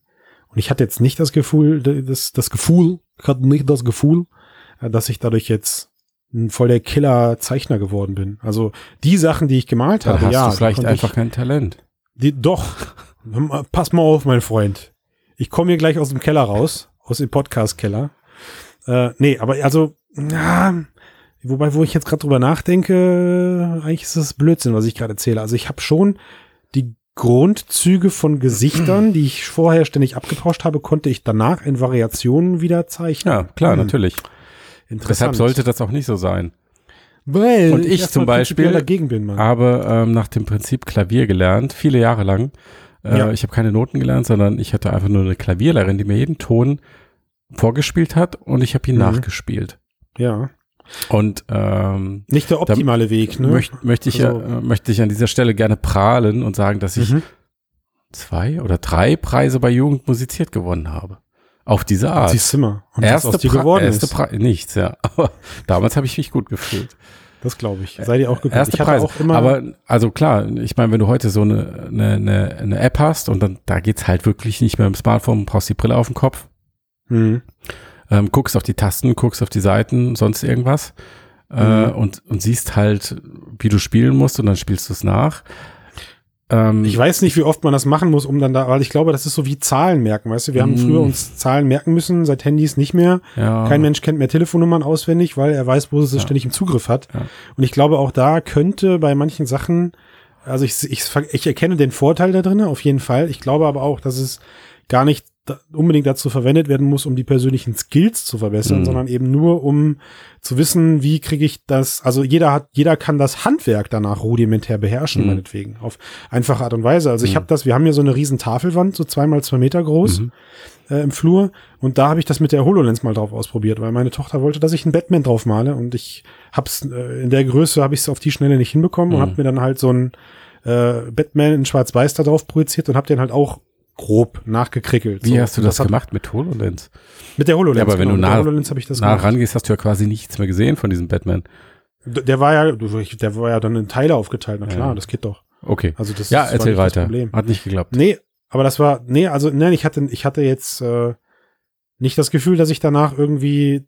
Und ich hatte jetzt nicht das Gefühl, das, das Gefühl, ich hatte nicht das Gefühl, äh, dass ich dadurch jetzt ein voll der Killer-Zeichner geworden bin. Also die Sachen, die ich gemalt
Da
habe,
hast
ja,
du vielleicht
konnte ich-
einfach kein Talent.
die, doch. Pass mal auf, mein Freund. Ich komme hier gleich aus dem Keller raus, aus dem Podcast-Keller. Äh, nee, aber also, na, wobei, wo ich jetzt gerade drüber nachdenke, eigentlich ist das Blödsinn, was ich gerade erzähle. Also ich habe schon die Grundzüge von Gesichtern, die ich vorher ständig abgetauscht habe, konnte ich danach in Variationen wieder zeichnen.
Ja, klar,
Hm,
natürlich.
Interessant.
Deshalb sollte das auch nicht so sein.
Weil
Und ich zum
erstmal
Beispiel-
prinzipiell dagegen bin, Mann.
Habe ähm, nach dem Prinzip Klavier gelernt, viele Jahre lang. Äh,
Ja.
Ich habe keine Noten gelernt, sondern ich hatte einfach nur eine Klavierlehrerin, die mir jeden Ton vorgespielt hat und ich habe ihn
Mhm.
nachgespielt.
Ja.
Und ähm,
Nicht der optimale Weg, ne?
möcht, möchte, ich,
Also-
ja, äh, möchte ich an dieser Stelle gerne prahlen und sagen, dass ich
Mhm.
zwei oder drei Preise bei Jugend musiziert gewonnen habe. Auf diese Art.
Die Zimmer. Und was
Ah, erste
aus dir
Pre-
geworden
erste
ist.
Pre- nichts, ja. Aber damals habe ich mich gut gefühlt.
Das glaube ich. Sei dir auch gegönnt.
Erste
Ich hatte
Preise.
auch immer.
Aber also klar, ich meine, wenn du heute so eine, eine, eine, eine App hast und dann da geht's halt wirklich nicht mehr im Smartphone, brauchst die Brille auf dem Kopf,
Mhm.
ähm, guckst auf die Tasten, guckst auf die Seiten, sonst irgendwas äh,
Mhm.
und, und siehst halt, wie du spielen musst und dann spielst du es nach. Ähm,
Ich weiß nicht, wie oft man das machen muss, um dann da, weil ich glaube, das ist so wie Zahlen merken, weißt du? Wir haben
Mm.
früher uns Zahlen merken müssen, seit Handys nicht mehr.
ja,
Kein Mensch kennt mehr Telefonnummern auswendig, weil er weiß, wo es es ständig im Zugriff hat.
Ja.
Und ich glaube, auch da könnte bei manchen Sachen, also ich, ich, ich erkenne den Vorteil da drin, auf jeden Fall. Ich glaube aber auch, dass es gar nicht da- unbedingt dazu verwendet werden muss, um die persönlichen Skills zu verbessern,
Mhm.
sondern eben nur um zu wissen, wie kriege ich das, also jeder hat, jeder kann das Handwerk danach rudimentär beherrschen,
Mhm.
meinetwegen, auf einfache Art und Weise. Also ich
Mhm.
habe das, wir haben hier so eine riesen Tafelwand, so zweimal zwei Meter groß
Mhm.
äh, im Flur. Und da habe ich das mit der HoloLens mal drauf ausprobiert, weil meine Tochter wollte, dass ich einen Batman drauf male. Und ich hab's äh, in der Größe habe ich es auf die Schnelle nicht hinbekommen und
Mhm.
habe mir dann halt so einen äh, Batman in Schwarz-Weiß da drauf projiziert und habe den halt auch grob nachgekrickelt.
Wie
so.
hast du
Und
das,
hat-
gemacht mit HoloLens?
Mit der HoloLens. genau,
Ja, aber wenn du
mit
nah-
der HoloLens habe ich das
Na,
gemacht.
rangehst, hast du ja quasi nichts mehr gesehen von diesem Batman.
D- Der war ja, der war ja dann in Teile aufgeteilt. Na klar,
Ja.
das geht doch.
Okay.
Also das
ja,
ist- war
erzähl
nicht das
weiter.
Problem.
Hat nicht geklappt.
Nee, aber das war, nee, also nein, ich hatte, ich hatte jetzt äh, nicht das Gefühl, dass ich danach irgendwie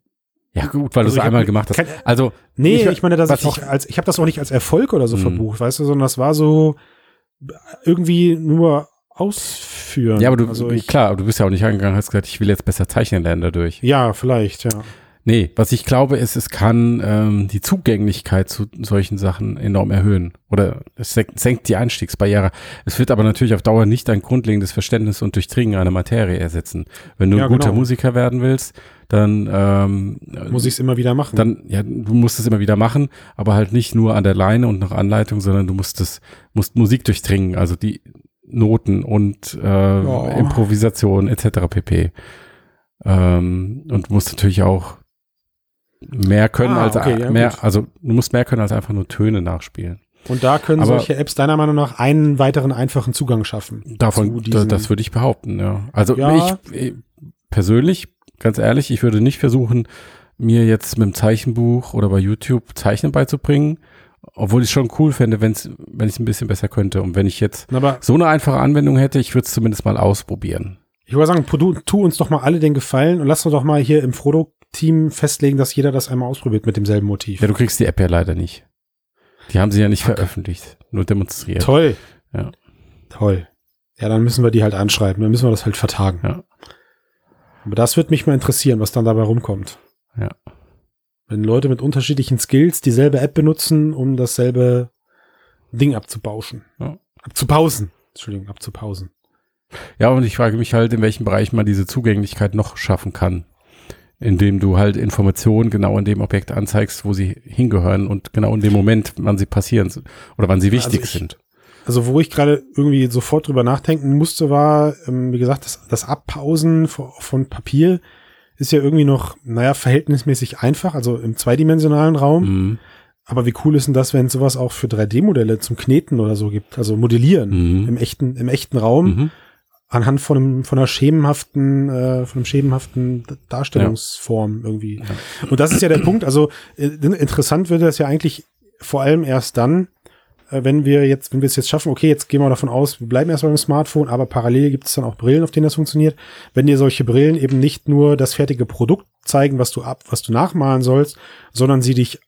Ja, gut, weil
Also ich
du es
hab
einmal
mir-
gemacht hast.
kein-
Also,
Nee,
Ich-
ich, meine, dass
was
ich auch
ich-
als, ich habe das auch nicht als Erfolg oder so
Hm.
verbucht, weißt du, sondern das war so irgendwie nur ausführen.
ja, aber du,
also ich,
klar, aber du bist ja auch nicht rangegangen, hast gesagt, ich will jetzt besser zeichnen lernen dadurch.
ja, vielleicht, ja.
Nee, was ich glaube, ist, es kann ähm, die Zugänglichkeit zu solchen Sachen enorm erhöhen. Oder es senkt, senkt die Einstiegsbarriere. Es wird aber natürlich auf Dauer nicht ein grundlegendes Verständnis und Durchdringen einer Materie ersetzen. Wenn du
Ja,
ein guter
genau.
Musiker werden willst, dann ähm,
Muss ich es immer wieder machen.
dann, ja, du musst es immer wieder machen, aber halt nicht nur an der Leine und nach Anleitung, sondern du musst es, musst Musik durchdringen, also die Noten und äh,
Ja.
Improvisation etc. pp. Ähm, und du musst natürlich auch mehr können
Ah,
als
okay, ja,
mehr,
gut.
also du musst mehr können als einfach nur Töne nachspielen.
Und da können
aber-
solche Apps deiner Meinung nach einen weiteren einfachen Zugang schaffen.
Davon,
Zu
da,
diesen-
das würde ich behaupten, ja. Also
Ja.
ich eh, persönlich, ganz ehrlich, ich würde nicht versuchen, mir jetzt mit dem Zeichenbuch oder bei YouTube Zeichnen beizubringen, obwohl ich es schon cool fände, wenn's, wenn ich es ein bisschen besser könnte. Und wenn ich jetzt
Aber
so eine einfache Anwendung hätte, ich würde es zumindest mal ausprobieren.
ich würde sagen, tu, tu uns doch mal alle den Gefallen und lass uns doch mal hier im Frodo-Team festlegen, dass jeder das einmal ausprobiert mit demselben Motiv.
Ja, du kriegst die App ja leider nicht. Die haben sie ja nicht veröffentlicht, nur demonstriert.
Toll.
Ja.
Toll. Ja, dann müssen wir die halt anschreiben, dann müssen wir das halt vertagen.
Ja.
Aber das wird mich mal interessieren, was dann dabei rumkommt.
Ja.
Wenn Leute mit unterschiedlichen Skills dieselbe App benutzen, um dasselbe Ding abzubauschen.
Ja.
Abzupausen. Entschuldigung, abzupausen.
Ja, und ich frage mich halt, in welchem Bereich man diese Zugänglichkeit noch schaffen kann, indem du halt Informationen genau in dem Objekt anzeigst, wo sie hingehören und genau in dem Moment, wann sie passieren s- oder wann sie wichtig
ich-
sind.
Also wo ich gerade irgendwie sofort drüber nachdenken musste, war, ähm, wie gesagt, das, das Abpausen von, von Papier ist ja irgendwie noch, naja, verhältnismäßig einfach, also im zweidimensionalen Raum.
Mhm.
Aber wie cool ist denn das, wenn es sowas auch für 3D-Modelle zum Kneten oder so gibt? Also modellieren
Mhm.
im um. echten, im echten Raum
Mhm.
anhand von einem, von einer schemenhaften, äh, von einem schemenhaften D- Darstellungsform irgendwie. Und das ist ja der Punkt. Also äh, interessant würde das ja eigentlich vor allem erst dann, äh, wenn wir jetzt, wenn wir es jetzt schaffen, okay, jetzt gehen wir davon aus, wir bleiben erstmal beim Smartphone, aber parallel gibt es dann auch Brillen, auf denen das funktioniert. Wenn dir solche Brillen eben nicht nur das fertige Produkt zeigen, was du ab, was du nachmalen sollst, sondern sie dich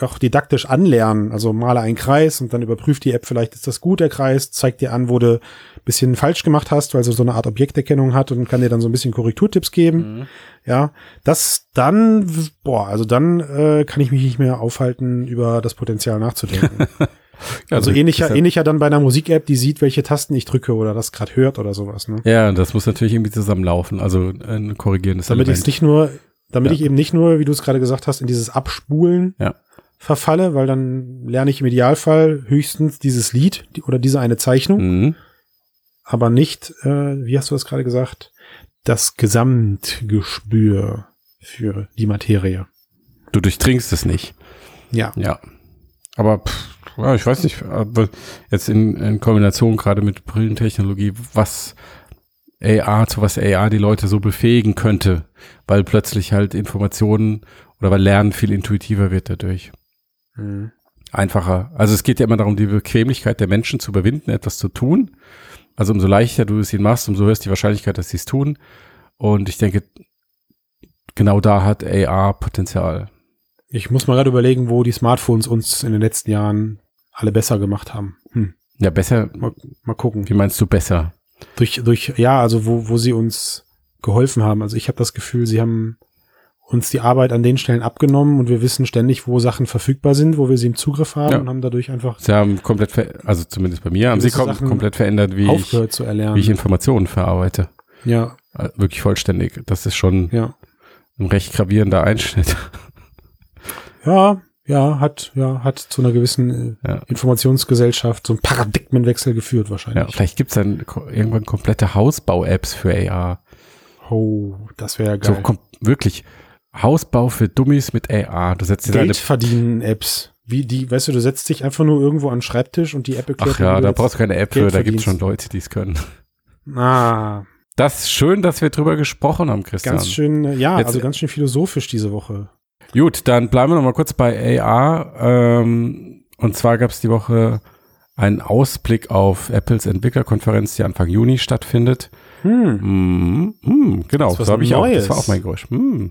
auch didaktisch anlernen. Also male einen Kreis und dann überprüft die App, vielleicht ist das gut, der Kreis, zeigt dir an, wo du ein bisschen falsch gemacht hast, weil sie so eine Art Objekterkennung hat und kann dir dann so ein bisschen Korrekturtipps geben.
Mhm.
Ja, das dann, boah, also dann äh, kann ich mich nicht mehr aufhalten, über das Potenzial nachzudenken.
Ja,
also
das-
ähnlicher,
das-
ähnlicher dann bei einer Musik-App, die sieht, welche Tasten ich drücke oder das gerade hört oder sowas. Ne?
Ja, das muss natürlich irgendwie zusammenlaufen, also ein korrigierendes
Damit ich es nicht nur, damit
Ja.
ich eben nicht nur, wie du es gerade gesagt hast, in dieses Abspulen
Ja.
verfalle, weil dann lerne ich im Idealfall höchstens dieses Lied die- oder diese eine Zeichnung,
Mhm.
aber nicht, äh, wie hast du das gerade gesagt, das Gesamtgespür für die Materie.
du durchdringst es nicht.
Ja.
Ja. Aber pff, ja, ich weiß nicht, aber jetzt in, in Kombination gerade mit Brillentechnologie, was AR, zu was AR die Leute so befähigen könnte, weil plötzlich halt Informationen oder weil Lernen viel intuitiver wird dadurch.
Mhm.
Einfacher. Also es geht ja immer darum, die Bequemlichkeit der Menschen zu überwinden, etwas zu tun. Also umso leichter du es ihnen machst, umso höher ist die Wahrscheinlichkeit, dass sie es tun. Und ich denke, genau da hat AR Potenzial.
Ich muss mal gerade überlegen, wo die Smartphones uns in den letzten Jahren alle besser gemacht haben. Hm.
Ja, besser,
Mal, mal gucken.
wie meinst du besser?
Durch, durch, ja, also wo, wo sie uns geholfen haben. Also ich habe das Gefühl, sie haben uns die Arbeit an den Stellen abgenommen und wir wissen ständig, wo Sachen verfügbar sind, wo wir sie im Zugriff haben
Ja.
und haben dadurch einfach
Sie haben komplett, ver also zumindest bei mir, haben sie
Gewisse
kom
Sachen
komplett verändert, wie ich,
aufgehört zu
wie ich
erlernen.
Informationen verarbeite.
Ja,
Äh, Wirklich vollständig. Das ist schon
ja.
ein recht gravierender Einschnitt.
Ja, ja, hat, ja, hat zu einer gewissen äh,
Ja.
Informationsgesellschaft so einen Paradigmenwechsel geführt
Ja,
wahrscheinlich.
vielleicht gibt's dann ko- irgendwann komplette Hausbau-Apps für AR.
Oh, das wäre
So
geil.
kom wirklich Hausbau für Dummies mit AR. Du setzt dir deine.
Geld verdienen Apps. Wie die, weißt du, du setzt dich einfach nur irgendwo an den Schreibtisch und die App erklärt
Ach
dir, wie
ja,
du
da
jetzt-
brauchst du keine App
Geld
für, da gibt's schon
verdienst.
Leute, die es können.
Ah,
Das ist schön, dass wir drüber gesprochen haben, Christian.
ganz schön, äh, ja,
Jetzt-
also ganz schön philosophisch diese Woche.
Gut, dann bleiben wir noch mal kurz bei AR. Ähm, und zwar gab es die Woche einen Ausblick auf Apples Entwicklerkonferenz, die Anfang Juni stattfindet.
Hm.
Mm, mm, genau,
Das ist was
so habe ich auch. Das
Neues.
war auch mein Geräusch. Mm.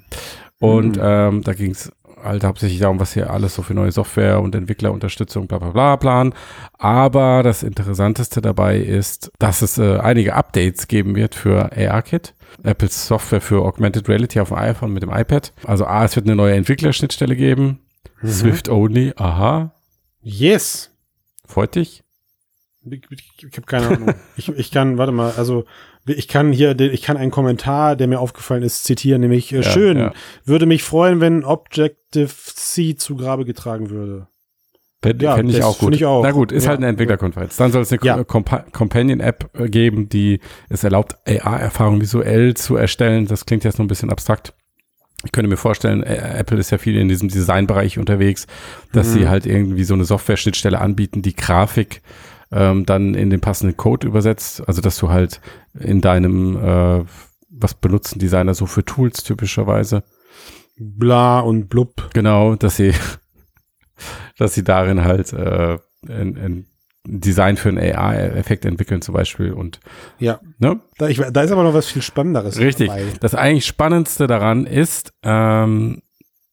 Und
Mm.
ähm, da ging es halt hauptsächlich darum, was hier alles so für neue Software und Entwicklerunterstützung, bla bla bla planen. Aber das Interessanteste dabei ist, dass es äh, einige Updates geben wird für AR-Kit. Apples Software für Augmented Reality auf dem iPhone mit dem iPad. Also A, es wird eine neue Entwicklerschnittstelle geben.
Mhm.
Swift Only, aha,
Yes.
freut dich.
Ich, ich, ich habe keine Ahnung. ich, ich kann, warte mal, also ich kann hier, den- ich kann einen Kommentar, der mir aufgefallen ist, zitieren, nämlich äh,
Ja,
schön.
ja.
Würde mich freuen, wenn Objective-C zu Grabe getragen würde.
Fände
Ja,
fänd ich
das
auch gut.
find ich auch.
Na gut, ist
Ja.
halt eine Entwicklerkonferenz. Dann soll es eine
Ja.
Compa- Companion-App äh, geben, die es erlaubt, AR-Erfahrung visuell zu erstellen. Das klingt jetzt noch ein bisschen abstrakt. Ich könnte mir vorstellen, Ä- Apple ist ja viel in diesem Designbereich unterwegs, dass
Mhm.
sie halt irgendwie so eine Software-Schnittstelle anbieten, die Grafik ähm, dann in den passenden Code übersetzt. Also dass du halt in deinem, äh, was benutzen Designer so für Tools typischerweise,
Bla und blub.
Genau, dass sie, dass sie darin halt äh, ein, ein Design für einen AR-Effekt entwickeln zum Beispiel und
Ja.
ne?
Da, ich, da ist aber noch was viel Spannenderes
Richtig.
dabei.
Das eigentlich Spannendste daran ist, ähm,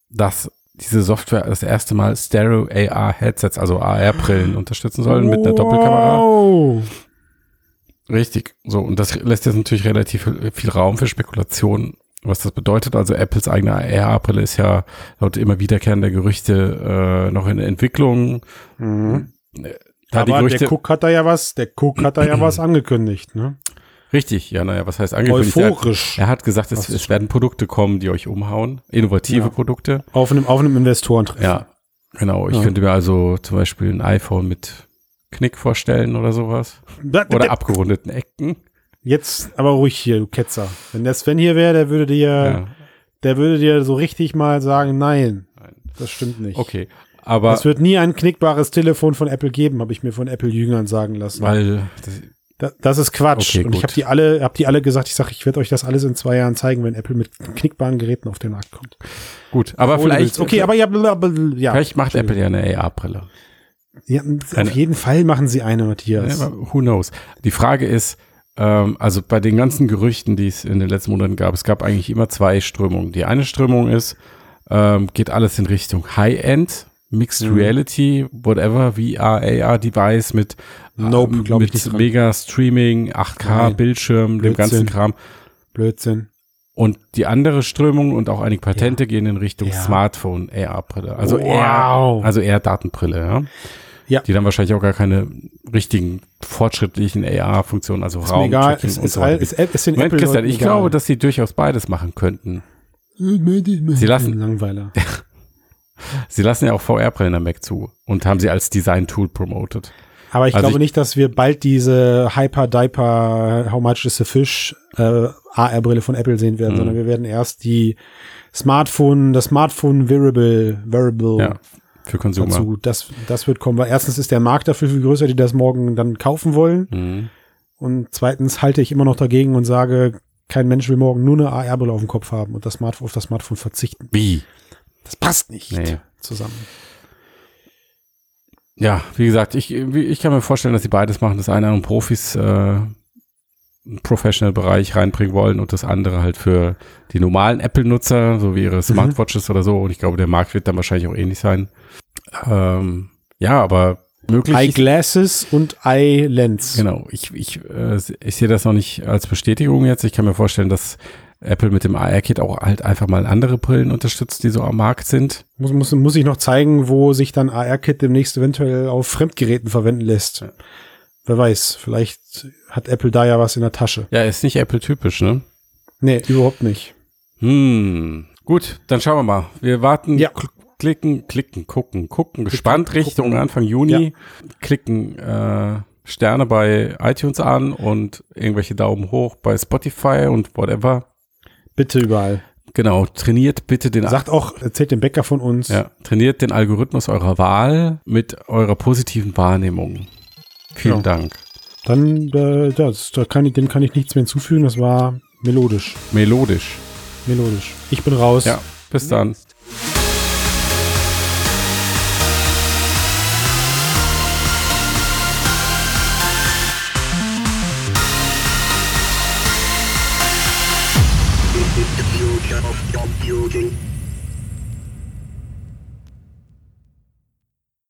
dass diese Software das erste Mal Stereo AR-Headsets, also AR-Brillen unterstützen sollen mit einer Doppelkamera.
Ah. Wow.
Richtig, so. Und das lässt jetzt natürlich relativ viel Raum für Spekulationen, was das bedeutet. Also Apples eigene AR-Brille ist ja laut immer wiederkehrender Gerüchte äh, noch in der Entwicklung. Da die
aber
Gerüchte,
der Cook hat da ja was, der Cook hat da ja was angekündigt, ne?
richtig, ja, naja, was heißt angekündigt? Er, hat-
Euphorisch.
er hat gesagt, es,
Was
es werden Produkte kommen, die euch umhauen. Innovative
Ja.
Produkte.
Auf einem, auf einem Investorentreffen.
Ja, genau. Ich
Ja.
könnte mir also zum Beispiel ein iPhone mit Knick vorstellen oder sowas.
Da, da,
Oder
da,
abgerundeten Ecken.
jetzt aber ruhig hier, du Ketzer. Wenn der Sven hier wäre, der würde dir,
Ja,
der würde dir so richtig mal sagen, nein,
Nein.
das stimmt nicht.
okay. Aber
Es wird nie ein knickbares Telefon von Apple geben, habe ich mir von Apple-Jüngern sagen lassen.
weil das,
Da, das ist Quatsch.
Okay,
und ich
gut.
habe die alle, hab die alle gesagt, ich sage, ich werde euch das alles in zwei Jahren zeigen, wenn Apple mit knickbaren Geräten auf den Markt kommt.
gut, aber
Ohne
vielleicht
Witz. Okay, aber ja, bla, bla, bla, ja.
Vielleicht macht Apple ja eine AR-Brille.
ja
Keine-
auf jeden Fall machen sie eine, Matthias.
Ja, aber who knows? Die Frage ist, ähm, also bei den ganzen Gerüchten, die es in den letzten Monaten gab, es gab eigentlich immer zwei Strömungen. Die eine Strömung ist, ähm, geht alles in Richtung High-End, Mixed
Mhm.
Reality, whatever, VR, AR-Device mit,
Nope, glaub ich
ähm, mit
nicht dran.
mega Streaming, 8K,
Nein.
Bildschirm, dem ganzen
Blödsinn.
Kram.
Blödsinn.
Und die andere Strömung und auch einige Patente gehen in Richtung
Ja.
Smartphone AR-Brille. Also eher,
Wow.
also eher Datenbrille, ja.
Ja.
Die dann wahrscheinlich auch gar keine richtigen fortschrittlichen AR-Funktionen, also
Ist mir
Raum,
egal.
Tracking
Ist,
und
ist,
so weiter.
all- ist, App- ist den
Moment,
Apple
Christian, ich glaube, dass sie durchaus beides machen könnten.
Sie
lassen-
Äh, Langweiler.
Sie lassen ja auch VR-Brillen am Mac zu und haben sie als Design-Tool promoted.
Aber ich
Also
glaube
ich-
nicht, dass wir bald diese Hyper Diaper How much is a fish äh, AR-Brille von Apple sehen
Mhm.
werden, sondern wir werden erst die Smartphone, das Smartphone Variable, Variable
Ja, für Consumer.
dazu. Das, das wird kommen, weil erstens ist der Markt dafür viel größer, die das morgen dann kaufen wollen.
Mhm.
Und zweitens halte ich immer noch dagegen und sage, kein Mensch will morgen nur eine AR-Brille auf dem Kopf haben und das Smartphone auf das Smartphone verzichten.
Wie?
Das passt nicht
Nee.
zusammen.
Ja, wie gesagt, ich, wie- ich kann mir vorstellen, dass sie beides machen. Das eine an Profis äh, im Professional-Bereich reinbringen wollen und das andere halt für die normalen Apple-Nutzer, so wie ihre Smartwatches oder so. Und ich glaube, der Markt wird dann wahrscheinlich auch ähnlich sein. Ähm, ja, aber möglich ist
Eyeglasses und Eyelens.
Genau, ich, ich, äh, ich sehe das noch nicht als Bestätigung jetzt. Ich kann mir vorstellen, dass Apple mit dem AR-Kit auch halt einfach mal andere Brillen unterstützt, die so am Markt sind.
Muss, muss, muss ich noch zeigen, wo sich dann AR-Kit demnächst eventuell auf Fremdgeräten verwenden lässt. Wer weiß, vielleicht hat Apple da ja was in der Tasche.
Ja, ist nicht Apple-typisch, ne?
Nee, überhaupt nicht.
Hm. Gut, dann schauen wir mal. Wir warten,
Ja.
kl- klicken, klicken, gucken, gucken, gespannt Richtung Anfang Juni, klicken äh, Sterne bei iTunes an und irgendwelche Daumen hoch bei Spotify und whatever.
Bitte überall.
Genau, trainiert bitte den
Sagt auch, erzählt dem Bäcker von uns.
Ja, trainiert den Algorithmus eurer Wahl mit eurer positiven Wahrnehmung. Vielen
Ja.
Dank.
Dann, äh, das, da kann ich, dem kann ich nichts mehr hinzufügen. Das war melodisch.
Melodisch.
Melodisch. Ich bin raus.
Ja, bis dann.
This is the future of computing.